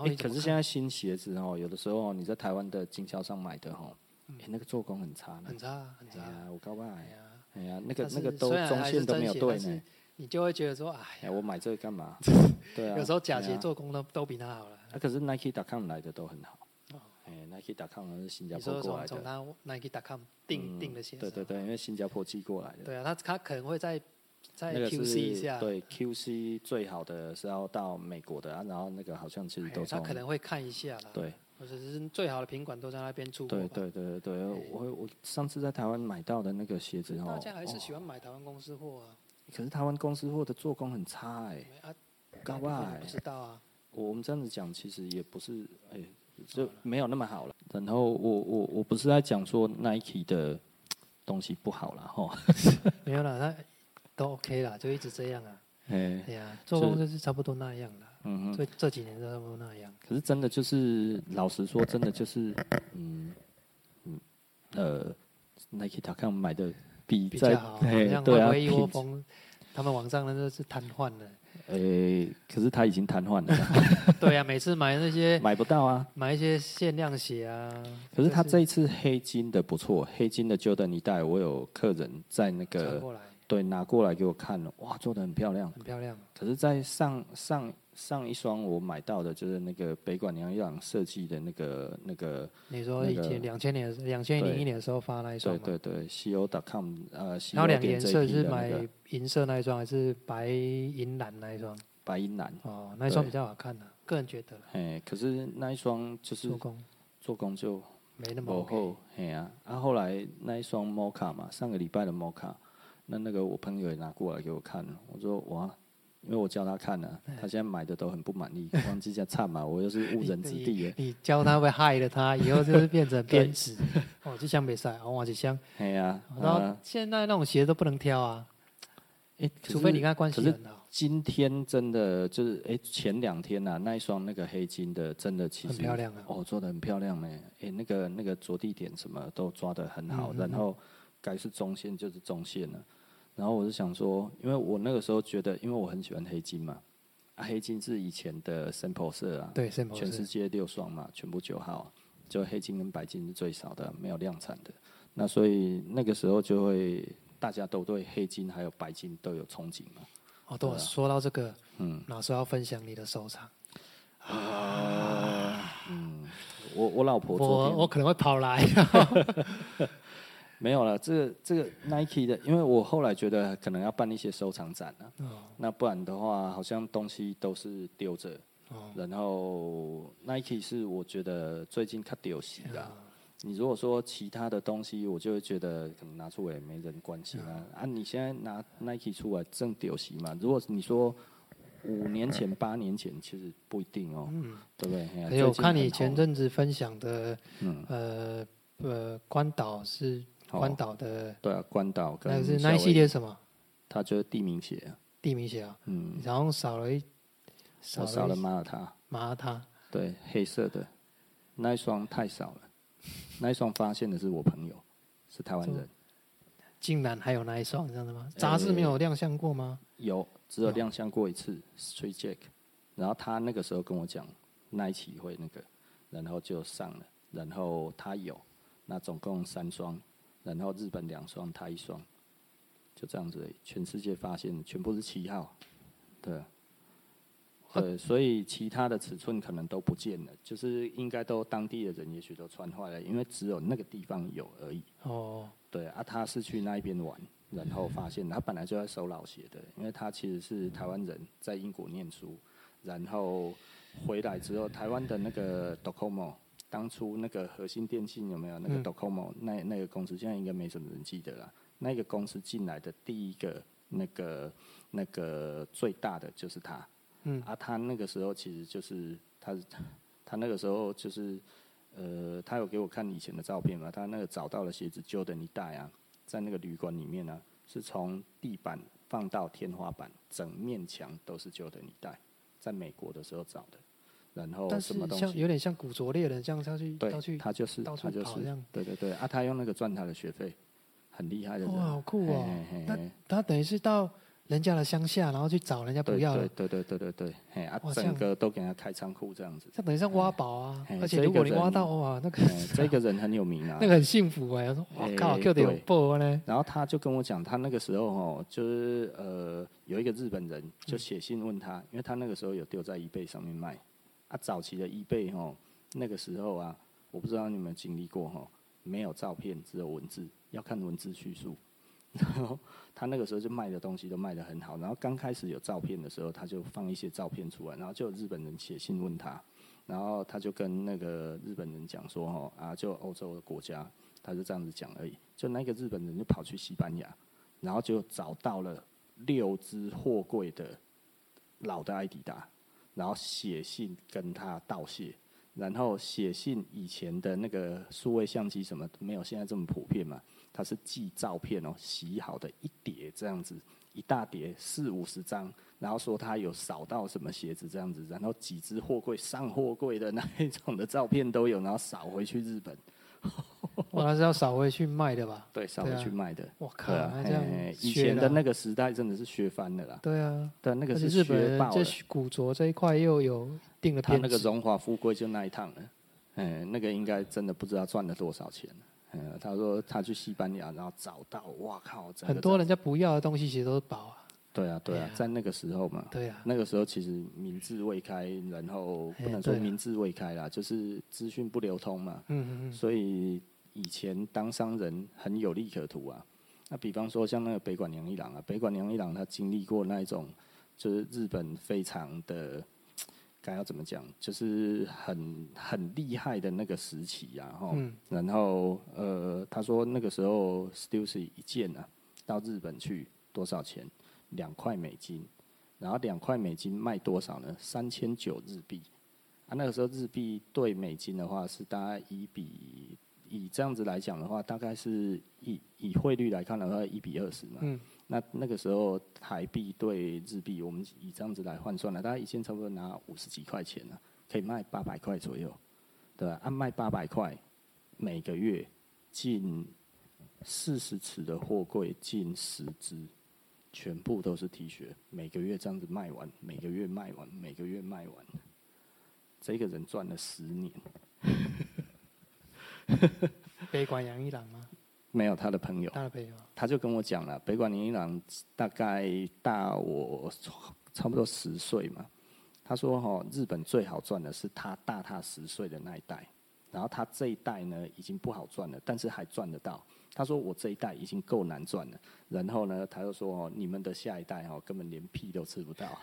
Speaker 1: 嗯，
Speaker 2: 后
Speaker 1: 哎，
Speaker 2: 你
Speaker 1: 可
Speaker 2: 怎么
Speaker 1: 是
Speaker 2: 看
Speaker 1: 现在新鞋子哦，有的时候你在台湾的经销商买的哦，哎，那个做工很差呢，
Speaker 2: 很差啊，很
Speaker 1: 哎
Speaker 2: 差啊。
Speaker 1: 呀，我告诉
Speaker 2: 嗯哎
Speaker 1: 你，
Speaker 2: 呀，
Speaker 1: 哎呀，那个
Speaker 2: 但是
Speaker 1: 那个都
Speaker 2: 虽然
Speaker 1: 中
Speaker 2: 还是
Speaker 1: 线都没有
Speaker 2: 真鞋
Speaker 1: 对
Speaker 2: 但是
Speaker 1: 呢，
Speaker 2: 你就会觉得说，哎
Speaker 1: 哎，我买这个干 嘛？对啊，
Speaker 2: 有时候假
Speaker 1: 哎
Speaker 2: 鞋
Speaker 1: 呀
Speaker 2: 做工都都比他好了。
Speaker 1: 啊，可是 Nike.com 来的都很好。哎、n i k e c o m 是新加
Speaker 2: 哦你
Speaker 1: 坡
Speaker 2: 说
Speaker 1: 过来
Speaker 2: 从
Speaker 1: 的嗯
Speaker 2: 从，他 Nike.com 订订的鞋
Speaker 1: 对
Speaker 2: 子啊，
Speaker 1: 对对，因为新加坡寄过来的，
Speaker 2: 对啊，他他可能会再再
Speaker 1: 那个是
Speaker 2: QC 哎一下，
Speaker 1: 对 QC 最好的是要到美国的啊，然后那个好像其实
Speaker 2: 哎
Speaker 1: 都
Speaker 2: 他
Speaker 1: 从
Speaker 2: 可能会看一下啦。
Speaker 1: 对
Speaker 2: 或者是最好的品管都在那边出货
Speaker 1: 对
Speaker 2: 吧。哎
Speaker 1: 对对对对，我我上次在台湾买到的那个鞋子
Speaker 2: 大
Speaker 1: 哦，
Speaker 2: 家还是
Speaker 1: 哦
Speaker 2: 喜欢买台湾公司货啊。
Speaker 1: 可是台湾公司货的做工很差哎、
Speaker 2: 啊，
Speaker 1: 搞不
Speaker 2: 我
Speaker 1: 好哎
Speaker 2: 不知道啊。
Speaker 1: 我们这样子讲，其实也不是，哎、就没有那么好了。然后我我我不是在讲说 Nike 的东西不好了哈，
Speaker 2: 没有啦，他都 OK 啦，就一直这样啊。
Speaker 1: 哎、
Speaker 2: 对呀、做工就是差不多那样啦。
Speaker 1: 嗯哼。
Speaker 2: 这这几年都差不多那样。
Speaker 1: 可是真的就是，老实说，真的就是，嗯嗯，呃，Nike 塔看买的比
Speaker 2: 比
Speaker 1: 在
Speaker 2: 较好，好
Speaker 1: 嘿
Speaker 2: 像
Speaker 1: 对
Speaker 2: 会
Speaker 1: 啊，
Speaker 2: 不会一
Speaker 1: 品
Speaker 2: 窝
Speaker 1: 质
Speaker 2: 蜂？他们网上呢都是瘫痪了，
Speaker 1: 诶、可是他已经瘫痪了，
Speaker 2: 对啊，每次买那些
Speaker 1: 买不到啊。
Speaker 2: 买一些限量鞋啊，
Speaker 1: 可是他
Speaker 2: 就
Speaker 1: 这一次黑金的不错，黑金的 Jordan 一代，我有客人在那
Speaker 2: 传
Speaker 1: 个
Speaker 2: 过来
Speaker 1: 对拿过来给我看了，哇，做的很漂亮。
Speaker 2: 很漂亮，
Speaker 1: 可是，在上上上一双我买到的就是那个北管娘一郎设计的那个那个，
Speaker 2: 你说
Speaker 1: 那
Speaker 2: 以
Speaker 1: 个
Speaker 2: 前两千年、两千零一
Speaker 1: 对
Speaker 2: 年的时候发那一双
Speaker 1: 对
Speaker 2: 嘛，
Speaker 1: 对对，co.com 呃，西
Speaker 2: 然
Speaker 1: 欧
Speaker 2: 后两个
Speaker 1: 店
Speaker 2: 颜
Speaker 1: 这一
Speaker 2: 色
Speaker 1: 批
Speaker 2: 是
Speaker 1: 的那
Speaker 2: 买
Speaker 1: 个
Speaker 2: 银色那一双还是白银蓝那一双？
Speaker 1: 白银蓝，
Speaker 2: 哦，那一双
Speaker 1: 对
Speaker 2: 比较好看的、个人觉得啦
Speaker 1: 哎，可是那一双就是
Speaker 2: 做工
Speaker 1: 做工就
Speaker 2: 没那么
Speaker 1: 幕
Speaker 2: OK。
Speaker 1: 后，嘿啊，啊后来那一双 Mocha 嘛，上个礼拜的 Mocha，那那个我朋友也拿过来给我看，我说哇，因为我叫他看了、
Speaker 2: 哎
Speaker 1: 他现在买的都很不满意，忘记叫差嘛，我又是误人子 弟耶，
Speaker 2: 你教他会害了他，以后就是变成编 织。哦，这箱没塞，哦，哇，这箱。
Speaker 1: 嘿啊，
Speaker 2: 然后
Speaker 1: 啊
Speaker 2: 现在那种鞋都不能挑啊，欸
Speaker 1: 诶可是
Speaker 2: 除非你跟他关系
Speaker 1: 可是
Speaker 2: 很好，
Speaker 1: 今天真的就是，诶，前两天呐、啊，那一双那个黑金的，真的其
Speaker 2: 很
Speaker 1: 实
Speaker 2: 漂亮啊。
Speaker 1: 哦，做的很漂亮呢。诶，那个那个着地点什么都抓的很
Speaker 2: 嗯
Speaker 1: 好，然后该是中线就是中线了。然后我就想说，因为我那个时候觉得，因为我很喜欢黑金嘛，啊，黑金是以前的 sample 色啊，
Speaker 2: 对，圣博
Speaker 1: 全世
Speaker 2: 士。
Speaker 1: 界六双嘛，全部九号，就黑金跟白金是最少的，没有量产的。那所以那个时候就会大家都对黑金还有白金都有憧憬嘛。
Speaker 2: 哦，对，
Speaker 1: 对啊
Speaker 2: 说到这个，
Speaker 1: 嗯
Speaker 2: 老师要分享你的收藏。
Speaker 1: 嗯，我我老婆昨
Speaker 2: 我
Speaker 1: 天
Speaker 2: 我可能会跑来，
Speaker 1: 没有了，这个这个 Nike 的，因为我后来觉得可能要办一些收藏展啊，
Speaker 2: 哦
Speaker 1: 那不然的话，好像东西都是丢着。
Speaker 2: 哦
Speaker 1: 然后 Nike 是我觉得最近看丢席的啊、
Speaker 2: 哦
Speaker 1: 你如果说其他的东西，我就会觉得可能拿出来也没人关心啊。
Speaker 2: 哦
Speaker 1: 啊，你现在拿 Nike 出来正丢席嘛？如果你说五年前、八年前，其实不一定哦，对不对？哎呀
Speaker 2: 还有我
Speaker 1: 最近
Speaker 2: 嗯看你
Speaker 1: 很红
Speaker 2: 前阵子分享的，
Speaker 1: 嗯
Speaker 2: 呃呃，关岛是
Speaker 1: 哦
Speaker 2: 关岛的，
Speaker 1: 对啊，关岛跟
Speaker 2: 那个是
Speaker 1: 夏
Speaker 2: 那一
Speaker 1: 威
Speaker 2: 系
Speaker 1: 夷，
Speaker 2: 列什么
Speaker 1: 它就是地名鞋啊，
Speaker 2: 地名鞋啊？
Speaker 1: 嗯，
Speaker 2: 然后少了一
Speaker 1: 我少了
Speaker 2: 一
Speaker 1: 马耳他，
Speaker 2: 麻它，
Speaker 1: 对，黑色的那一双太少了，那一双发现的是我朋友，是台湾人，
Speaker 2: 竟然还有那一双，你知道吗？
Speaker 1: 呃
Speaker 2: 杂志没有亮相过吗？
Speaker 1: 有只有
Speaker 2: 有
Speaker 1: 亮相过一次 Street Jack，然后他那个时候跟我讲 Nike 会那个，然后就上了，然后他有，那总共三双，然后日本两双，他一双，就这样子而已，全世界发现的全部是七号，对啊。对，所以其他的尺寸可能都不见了，就是应该都当地的人也许都穿坏了，因为只有那个地方有而已。
Speaker 2: 哦，
Speaker 1: 对啊，他是去那一边玩，然后发现他本来就在收老鞋的，因为他其实是台湾人，在英国念书，然后回来之后，台湾的那个 Docomo，当初那个核心电信有没有那个
Speaker 2: 嗯
Speaker 1: Docomo、那那个公司，现在应该没什么人记得了。那个公司进来的第一个那个那个最大的就是他，
Speaker 2: 嗯
Speaker 1: 啊，他那个时候其实就是他他那个时候就是呃，他有给我看以前的照片嘛，他那个找到了鞋子 Jordan 一代啊，在那个旅馆里面呢、啊是从地板放到天花板，整面墙都是 Jordan 一代，在美国的时候找的，然后
Speaker 2: 哦但
Speaker 1: 什
Speaker 2: 是
Speaker 1: 么东
Speaker 2: 像
Speaker 1: 西？
Speaker 2: 有点像古着猎人这样上去到
Speaker 1: 对，
Speaker 2: 去，
Speaker 1: 他就是
Speaker 2: 到
Speaker 1: 他
Speaker 2: 处
Speaker 1: 就
Speaker 2: 跑这
Speaker 1: 是
Speaker 2: 样，
Speaker 1: 对对对啊，他用那个赚他的学费，很厉害的人
Speaker 2: 哇，好
Speaker 1: 啊，
Speaker 2: 酷哦！
Speaker 1: 嘿嘿
Speaker 2: 那
Speaker 1: 嘿
Speaker 2: 他等于是到人家的乡下，然后去找人家不
Speaker 1: 对
Speaker 2: 要
Speaker 1: 对
Speaker 2: 了，
Speaker 1: 对对对对对，嘿啊
Speaker 2: 哇，这样，
Speaker 1: 整个都给他开仓库这样子
Speaker 2: 这等于像挖宝啊！
Speaker 1: 嘿
Speaker 2: 而且
Speaker 1: 哎这
Speaker 2: 如果
Speaker 1: 个
Speaker 2: 你挖
Speaker 1: 人
Speaker 2: 到哇，那个
Speaker 1: 嘿这个人很有名啊
Speaker 2: 那。个很幸福哎！我说我
Speaker 1: 哎
Speaker 2: 靠，就得有
Speaker 1: 对
Speaker 2: 报呢，
Speaker 1: 然后他就跟我讲，他那个时候哦，就是呃，有一个日本人就写信问他，因为他那个时候有丢在 eBay 上面卖，啊，早期的 eBay 哦，那个时候啊，我不知道你们有没有经历过哦，没有照片，只有文字，要看文字叙述。然后他那个时候就卖的东西都卖得很好，然后刚开始有照片的时候，他就放一些照片出来，然后就有日本人写信问他，然后他就跟那个日本人讲说哦啊，就欧洲的国家，他就这样子讲而已。就那个日本人就跑去西班牙，然后就找到了六只货柜的老的艾迪达，然后写信跟他道谢，然后写信以前的那个数位相机什么没有现在这么普遍嘛，他是寄照片哦，洗好的一叠这样子，一大叠四五十张，然后说他有扫到什么鞋子这样子，然后几只货柜上货柜的那一种的照片都有，然后扫回去日本。
Speaker 2: 哇，那是要扫回去卖的吧？
Speaker 1: 对，稍微去卖的。
Speaker 2: 我靠，
Speaker 1: 对啊，
Speaker 2: 那这
Speaker 1: 嘿
Speaker 2: 样
Speaker 1: 嘿以
Speaker 2: 削
Speaker 1: 前的
Speaker 2: 了
Speaker 1: 那个时代真的是削翻了啦，
Speaker 2: 对啊，
Speaker 1: 对，那个
Speaker 2: 而且
Speaker 1: 是
Speaker 2: 日本
Speaker 1: 削
Speaker 2: 人
Speaker 1: 爆
Speaker 2: 这
Speaker 1: 了。
Speaker 2: 古着这一块又有一定的
Speaker 1: 他
Speaker 2: 偏
Speaker 1: 那个
Speaker 2: 执，
Speaker 1: 荣华富贵就那一趟了，嗯，那个应该真的不知道赚了多少钱。嗯，他说他去西班牙，然后找到，哇靠，整个
Speaker 2: 很多
Speaker 1: 找
Speaker 2: 人家不要的东西其实都是宝啊，
Speaker 1: 对啊对
Speaker 2: 哎
Speaker 1: 啊
Speaker 2: 呀，
Speaker 1: 在那个时候嘛，
Speaker 2: 对啊，
Speaker 1: 那个时候其实民智未开，然后
Speaker 2: 哎
Speaker 1: 不能说
Speaker 2: 对啊
Speaker 1: 民智未开啦，就是资讯不流通嘛，
Speaker 2: 嗯嗯嗯，
Speaker 1: 所以以前当商人很有利可图啊。那比方说像那个北管娘一郎啊，北管娘一郎他经历过那一种，就是日本非常的，该要怎么讲，就是很很厉害的那个时期啊，哈、
Speaker 2: 嗯
Speaker 1: 然后呃，他说那个时候 Stussy 一件啊，到日本去多少钱？两块美金，然后两块美金卖多少呢？三千九日币。啊，那个时候日币对美金的话是大概一比，以这样子来讲的话，大概是以以汇率来看的话，一比二十嘛。
Speaker 2: 嗯
Speaker 1: 那那个时候台币对日币，我们以这样子来换算了，大概一件差不多拿五十几块钱了、啊可以卖八百块左右，对吧？按、啊卖八百块，每个月进四十尺的货柜进十只，全部都是 T 恤，每个月这样子卖完，每个月卖完，每个月卖完，这个人赚了十年，
Speaker 2: 嗯北管洋一郎吗？
Speaker 1: 没有他的朋友。
Speaker 2: 大的朋友，
Speaker 1: 他就跟我讲了，北管林一郎大概大我差不多十岁嘛。他说哈、日本最好赚的是他大他十岁的那一代，然后他这一代呢已经不好赚了，但是还赚得到。他说我这一代已经够难赚了，然后呢，他又说哦，你们的下一代哦，根本连屁都吃不到。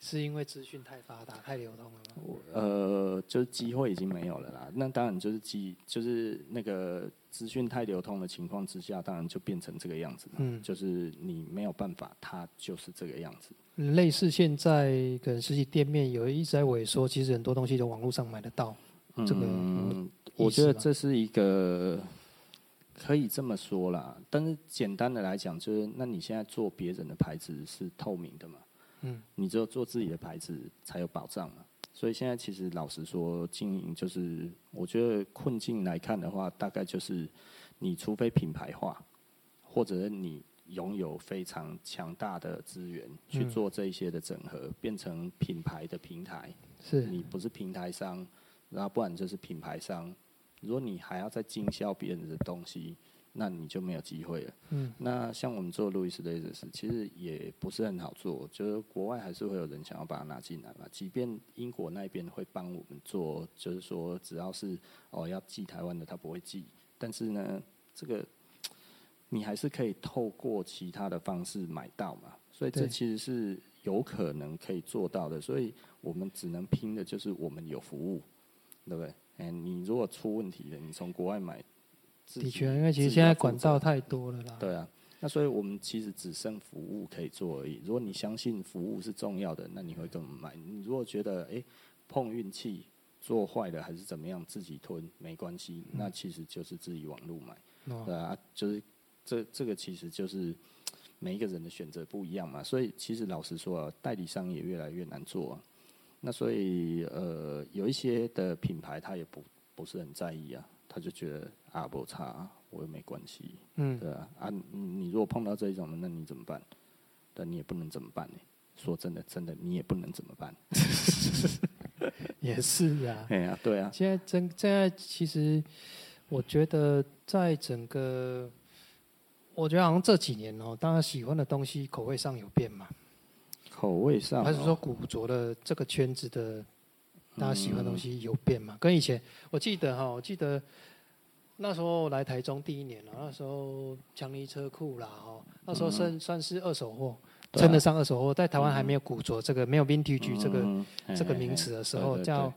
Speaker 2: 是因为资讯太发达、太流通了吗？
Speaker 1: 呃，就是机会已经没有了啦。那当然就是机，就是那个资讯太流通的情况之下，当然就变成这个样子嘛。
Speaker 2: 嗯
Speaker 1: 就是你没有办法，它就是这个样子。
Speaker 2: 类似现在可能实体店面有一直在萎缩，其实很多东西都网络上买得到，这个
Speaker 1: 嗯，
Speaker 2: 有
Speaker 1: 我觉
Speaker 2: 意
Speaker 1: 得
Speaker 2: 思吧
Speaker 1: 这是一个可以这么说啦。但是简单的来讲，就是那你现在做别人的牌子是透明的嘛？
Speaker 2: 嗯，
Speaker 1: 你只有做自己的牌子才有保障嘛。所以现在其实老实说，经营就是我觉得困境来看的话，大概就是你除非品牌化，或者你拥有非常强大的资源去
Speaker 2: 嗯
Speaker 1: 做这一些的整合，变成品牌的平台。
Speaker 2: 是
Speaker 1: 你不是平台商，然后不然就是品牌商。如果你还要再经销别人的东西，那你就没有机会了。
Speaker 2: 嗯，
Speaker 1: 那像我们做 Louis Laces，其实也不是很好做，就是国外还是会有人想要把它拿进来嘛。即便英国那边会帮我们做，就是说只要是哦要寄台湾的，他不会寄。但是呢，这个你还是可以透过其他的方式买到嘛。所以这
Speaker 2: 对
Speaker 1: 其实是有可能可以做到的。所以我们只能拼的就是我们有服务，对不对？哎、你如果出问题了，你从国外买，自己
Speaker 2: 的确，因为其实
Speaker 1: 自己
Speaker 2: 现
Speaker 1: 要
Speaker 2: 在
Speaker 1: 负
Speaker 2: 管
Speaker 1: 责
Speaker 2: 道太多了啦。
Speaker 1: 对啊，那所以我们其实只剩服务可以做而已。如果你相信服务是重要的，那你会跟我们买。你如果觉得诶碰运气做坏了还是怎么样，自己吞没关系，那其实就是自己网路买。
Speaker 2: 哦，
Speaker 1: 对啊，就是这这个其实就是每一个人的选择不一样嘛，所以其实老实说啊，代理商也越来越难做、啊。那所以呃，有一些的品牌他也不不是很在意啊，他就觉得啊不差啊，我又没关系，
Speaker 2: 嗯，
Speaker 1: 对啊啊，你你如果碰到这一种的，那你怎么办？但你也不能怎么办呢、说真的，真的你也不能怎么办。
Speaker 2: 也是啊。
Speaker 1: 哎呀、对啊，
Speaker 2: 现在真现在其实，我觉得在整个，我觉得好像这几年哦，大家喜欢的东西口味上有变嘛，
Speaker 1: 口味上、哦
Speaker 2: 还是说，古着的这个圈子的大家喜欢的东西有变嘛？跟以前我记得哈、我记得那时候来台中第一年了、哦那时候强尼车库啦哦，那时候算、算是二手货，
Speaker 1: 嗯对啊
Speaker 2: 称得上二手货，在台湾还没有古着这个没有 vintage 这个、
Speaker 1: 嗯
Speaker 2: 这个
Speaker 1: 嘿嘿
Speaker 2: 名
Speaker 1: 嘿
Speaker 2: 词的时
Speaker 1: 对
Speaker 2: 候
Speaker 1: 对对
Speaker 2: 叫。
Speaker 1: 他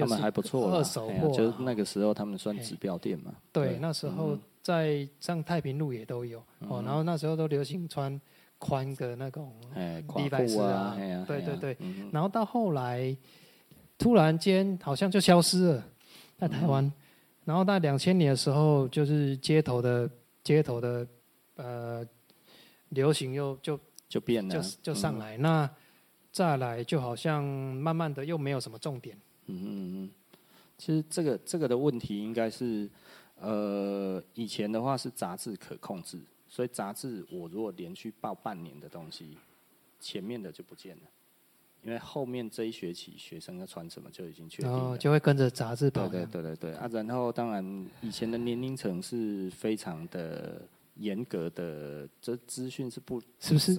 Speaker 2: 就
Speaker 1: 们
Speaker 2: 是
Speaker 1: 还不错啦，
Speaker 2: 二手
Speaker 1: 哎呀
Speaker 2: 货啊
Speaker 1: 就是那个时候他们算指标店嘛。
Speaker 2: 对，那时
Speaker 1: 嗯
Speaker 2: 候在像太平路也都有、哦，然后那时候都流行穿宽的那种，
Speaker 1: 哎，
Speaker 2: 李
Speaker 1: 垮
Speaker 2: 白
Speaker 1: 裤
Speaker 2: 斯啊
Speaker 1: 啊，哎呀
Speaker 2: 对对，
Speaker 1: 哎
Speaker 2: 对
Speaker 1: 呀嗯
Speaker 2: 然后到后来突然间好像就消失了，在台
Speaker 1: 嗯
Speaker 2: 湾。然后到两千年的时候，就是街头的街头的呃流行又就
Speaker 1: 就变了
Speaker 2: 就，就
Speaker 1: 嗯
Speaker 2: 上来，那再来就好像慢慢的又没有什么重点，
Speaker 1: 嗯嗯嗯。其实这个这个的问题应该是，呃，以前的话是杂志可控制，所以杂志我如果连续报半年的东西，前面的就不见了，因为后面这一学期学生要穿什么就已经确定
Speaker 2: 然
Speaker 1: 了。
Speaker 2: 后哦就会跟着杂志跑
Speaker 1: 对
Speaker 2: 这
Speaker 1: 对
Speaker 2: 样。
Speaker 1: 对对对啊！然后当然以前的年龄层是非常的严格的，这资讯是不
Speaker 2: 是不是？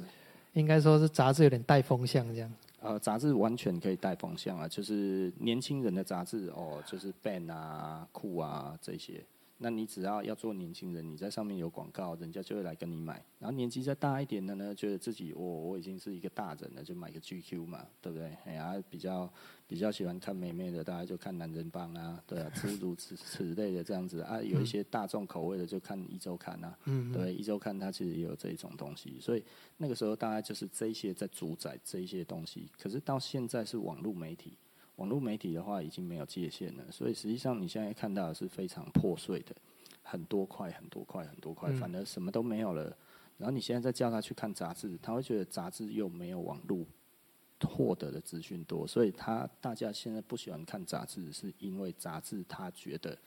Speaker 2: 应该说是杂志有点带风向这样。
Speaker 1: 呃，杂志完全可以带风向啊，就是年轻人的杂志哦，就是 Ben 啊、酷啊这些。那你只要要做年轻人，你在上面有广告，人家就会来跟你买。然后年纪再大一点的呢，觉得自己我、我已经是一个大人了，就买个 GQ 嘛，对不对？哎呀、啊比较比较喜欢看妹妹的，大家就看男人帮啊，对啊，诸如此此类的这样子啊。有一些大众口味的就看一周刊啊，
Speaker 2: 嗯
Speaker 1: 对，一周刊它其实也有这一种东西，所以那个时候大概就是这一些在主宰这一些东西。可是到现在是网络媒体，网络媒体的话已经没有界限了，所以实际上你现在看到的是非常破碎的，很多块、很多块、很多块，
Speaker 2: 嗯
Speaker 1: 反而什么都没有了。然后你现在再叫他去看杂志，他会觉得杂志又没有网络获得的资讯多，所以他大家现在不喜欢看杂志，是因为杂志他觉得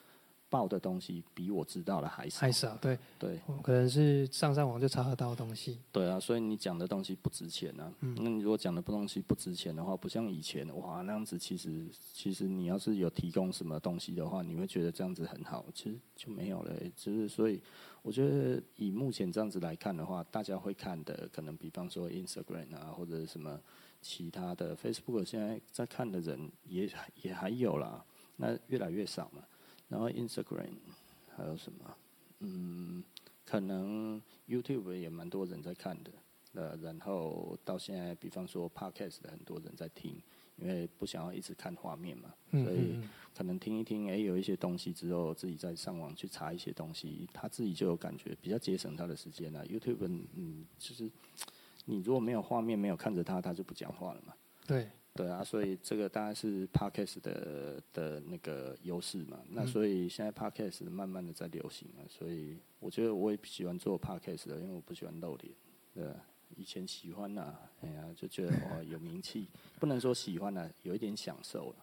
Speaker 1: 报的东西比我知道的还少
Speaker 2: 太。少，啊对，
Speaker 1: 对，
Speaker 2: 可能是上上网就查得到的东西。
Speaker 1: 对啊，所以你讲的东西不值钱啊。那你如果讲的东西不值钱的话，不像以前哇那样子，其实其实你要是有提供什么东西的话，你会觉得这样子很好，其实就没有了欸、就是所以，我觉得以目前这样子来看的话，大家会看的可能比方说 Instagram 啊，或者什么其他的 Facebook，现在在看的人也也还有啦，那越来越少嘛。然后 Instagram 还有什么？嗯，可能 YouTube 也蛮多人在看的，呃，然后到现在，比方说 Podcast 的很多人在听，因为不想要一直看画面嘛，
Speaker 2: 嗯
Speaker 1: 所以
Speaker 2: 嗯嗯
Speaker 1: 可能听一听，哎、有一些东西之后，自己再上网去查一些东西，他自己就有感觉，比较节省他的时间了、YouTube，嗯，就是你如果没有画面，没有看着他，他就不讲话了嘛。
Speaker 2: 对，
Speaker 1: 对啊，所以这个大概是 podcast 的的那个优势嘛。那所以现在 podcast 慢慢的在流行了，所以我觉得我也喜欢做 podcast 的，因为我不喜欢露脸。对啊、以前喜欢呐、哎呀，就觉得哦有名气， 不能说喜欢了、啊有一点享受了。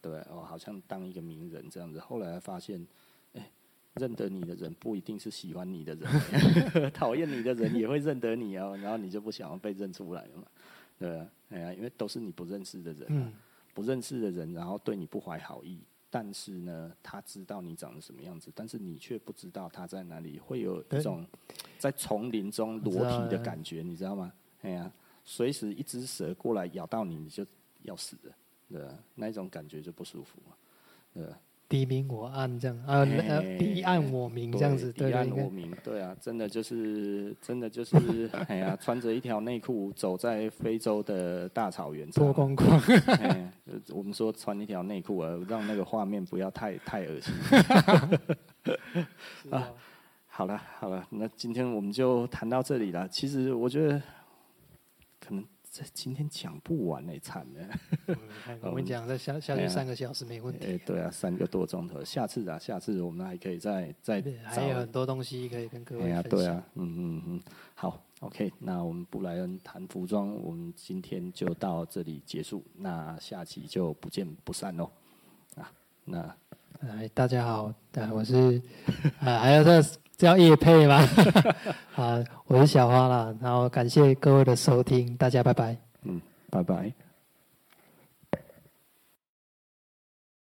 Speaker 1: 对啊，哦，好像当一个名人这样子。后来发现，哎，认得你的人不一定是喜欢你的人， 讨厌你的人也会认得你哦，然后你就不想要被认出来了嘛。对啊，哎呀，因为都是你不认识的人、啊，
Speaker 2: 嗯，
Speaker 1: 不认识的人，然后对你不怀好意，但是呢，他知道你长得什么样子，但是你却不知道他在哪里，会有一
Speaker 2: 对
Speaker 1: 种在丛林中裸体的感觉，你知道吗？哎呀，随时一只蛇过来咬到你，你就要死了，对啊，那一种感觉就不舒服嘛，对啊。
Speaker 2: 敌明我暗这样，啊，呃，
Speaker 1: 哎
Speaker 2: 敌暗我明这样子，对
Speaker 1: 对，
Speaker 2: 对
Speaker 1: 暗
Speaker 2: 应该
Speaker 1: 我明，对啊，真的就是，真的就是， 哎呀，穿着一条内裤走在非洲的大草原上
Speaker 2: 脱
Speaker 1: 啊，
Speaker 2: 光光，
Speaker 1: 哎，就我们说穿一条内裤啊，让那个画面不要太太恶心。
Speaker 2: 啊，
Speaker 1: 好了好了，那今天我们就谈到这里了。其实我觉得可能这今天讲不完哎、惨了。
Speaker 2: 嗯我们讲再下下
Speaker 1: 哎
Speaker 2: 去
Speaker 1: 呀
Speaker 2: 三个小时没问
Speaker 1: 哎、
Speaker 2: 题，
Speaker 1: 对啊，三个多钟头，下次啊，下次我们还可以再再
Speaker 2: 对
Speaker 1: 找
Speaker 2: 还有很多东西可以跟各
Speaker 1: 哎
Speaker 2: 位
Speaker 1: 呀，
Speaker 2: 分
Speaker 1: 对
Speaker 2: 享。
Speaker 1: 啊，嗯嗯嗯，好，OK，那我们布莱恩谈服装，我们今天就到这里结束，那下期就不见不散喽。啊，那
Speaker 2: 哎，大家好，呃，我是， 啊，还要再叫叶佩吗？ 啊，我是小花啦，然后感谢各位的收听，大家拜拜。
Speaker 1: 嗯，拜拜。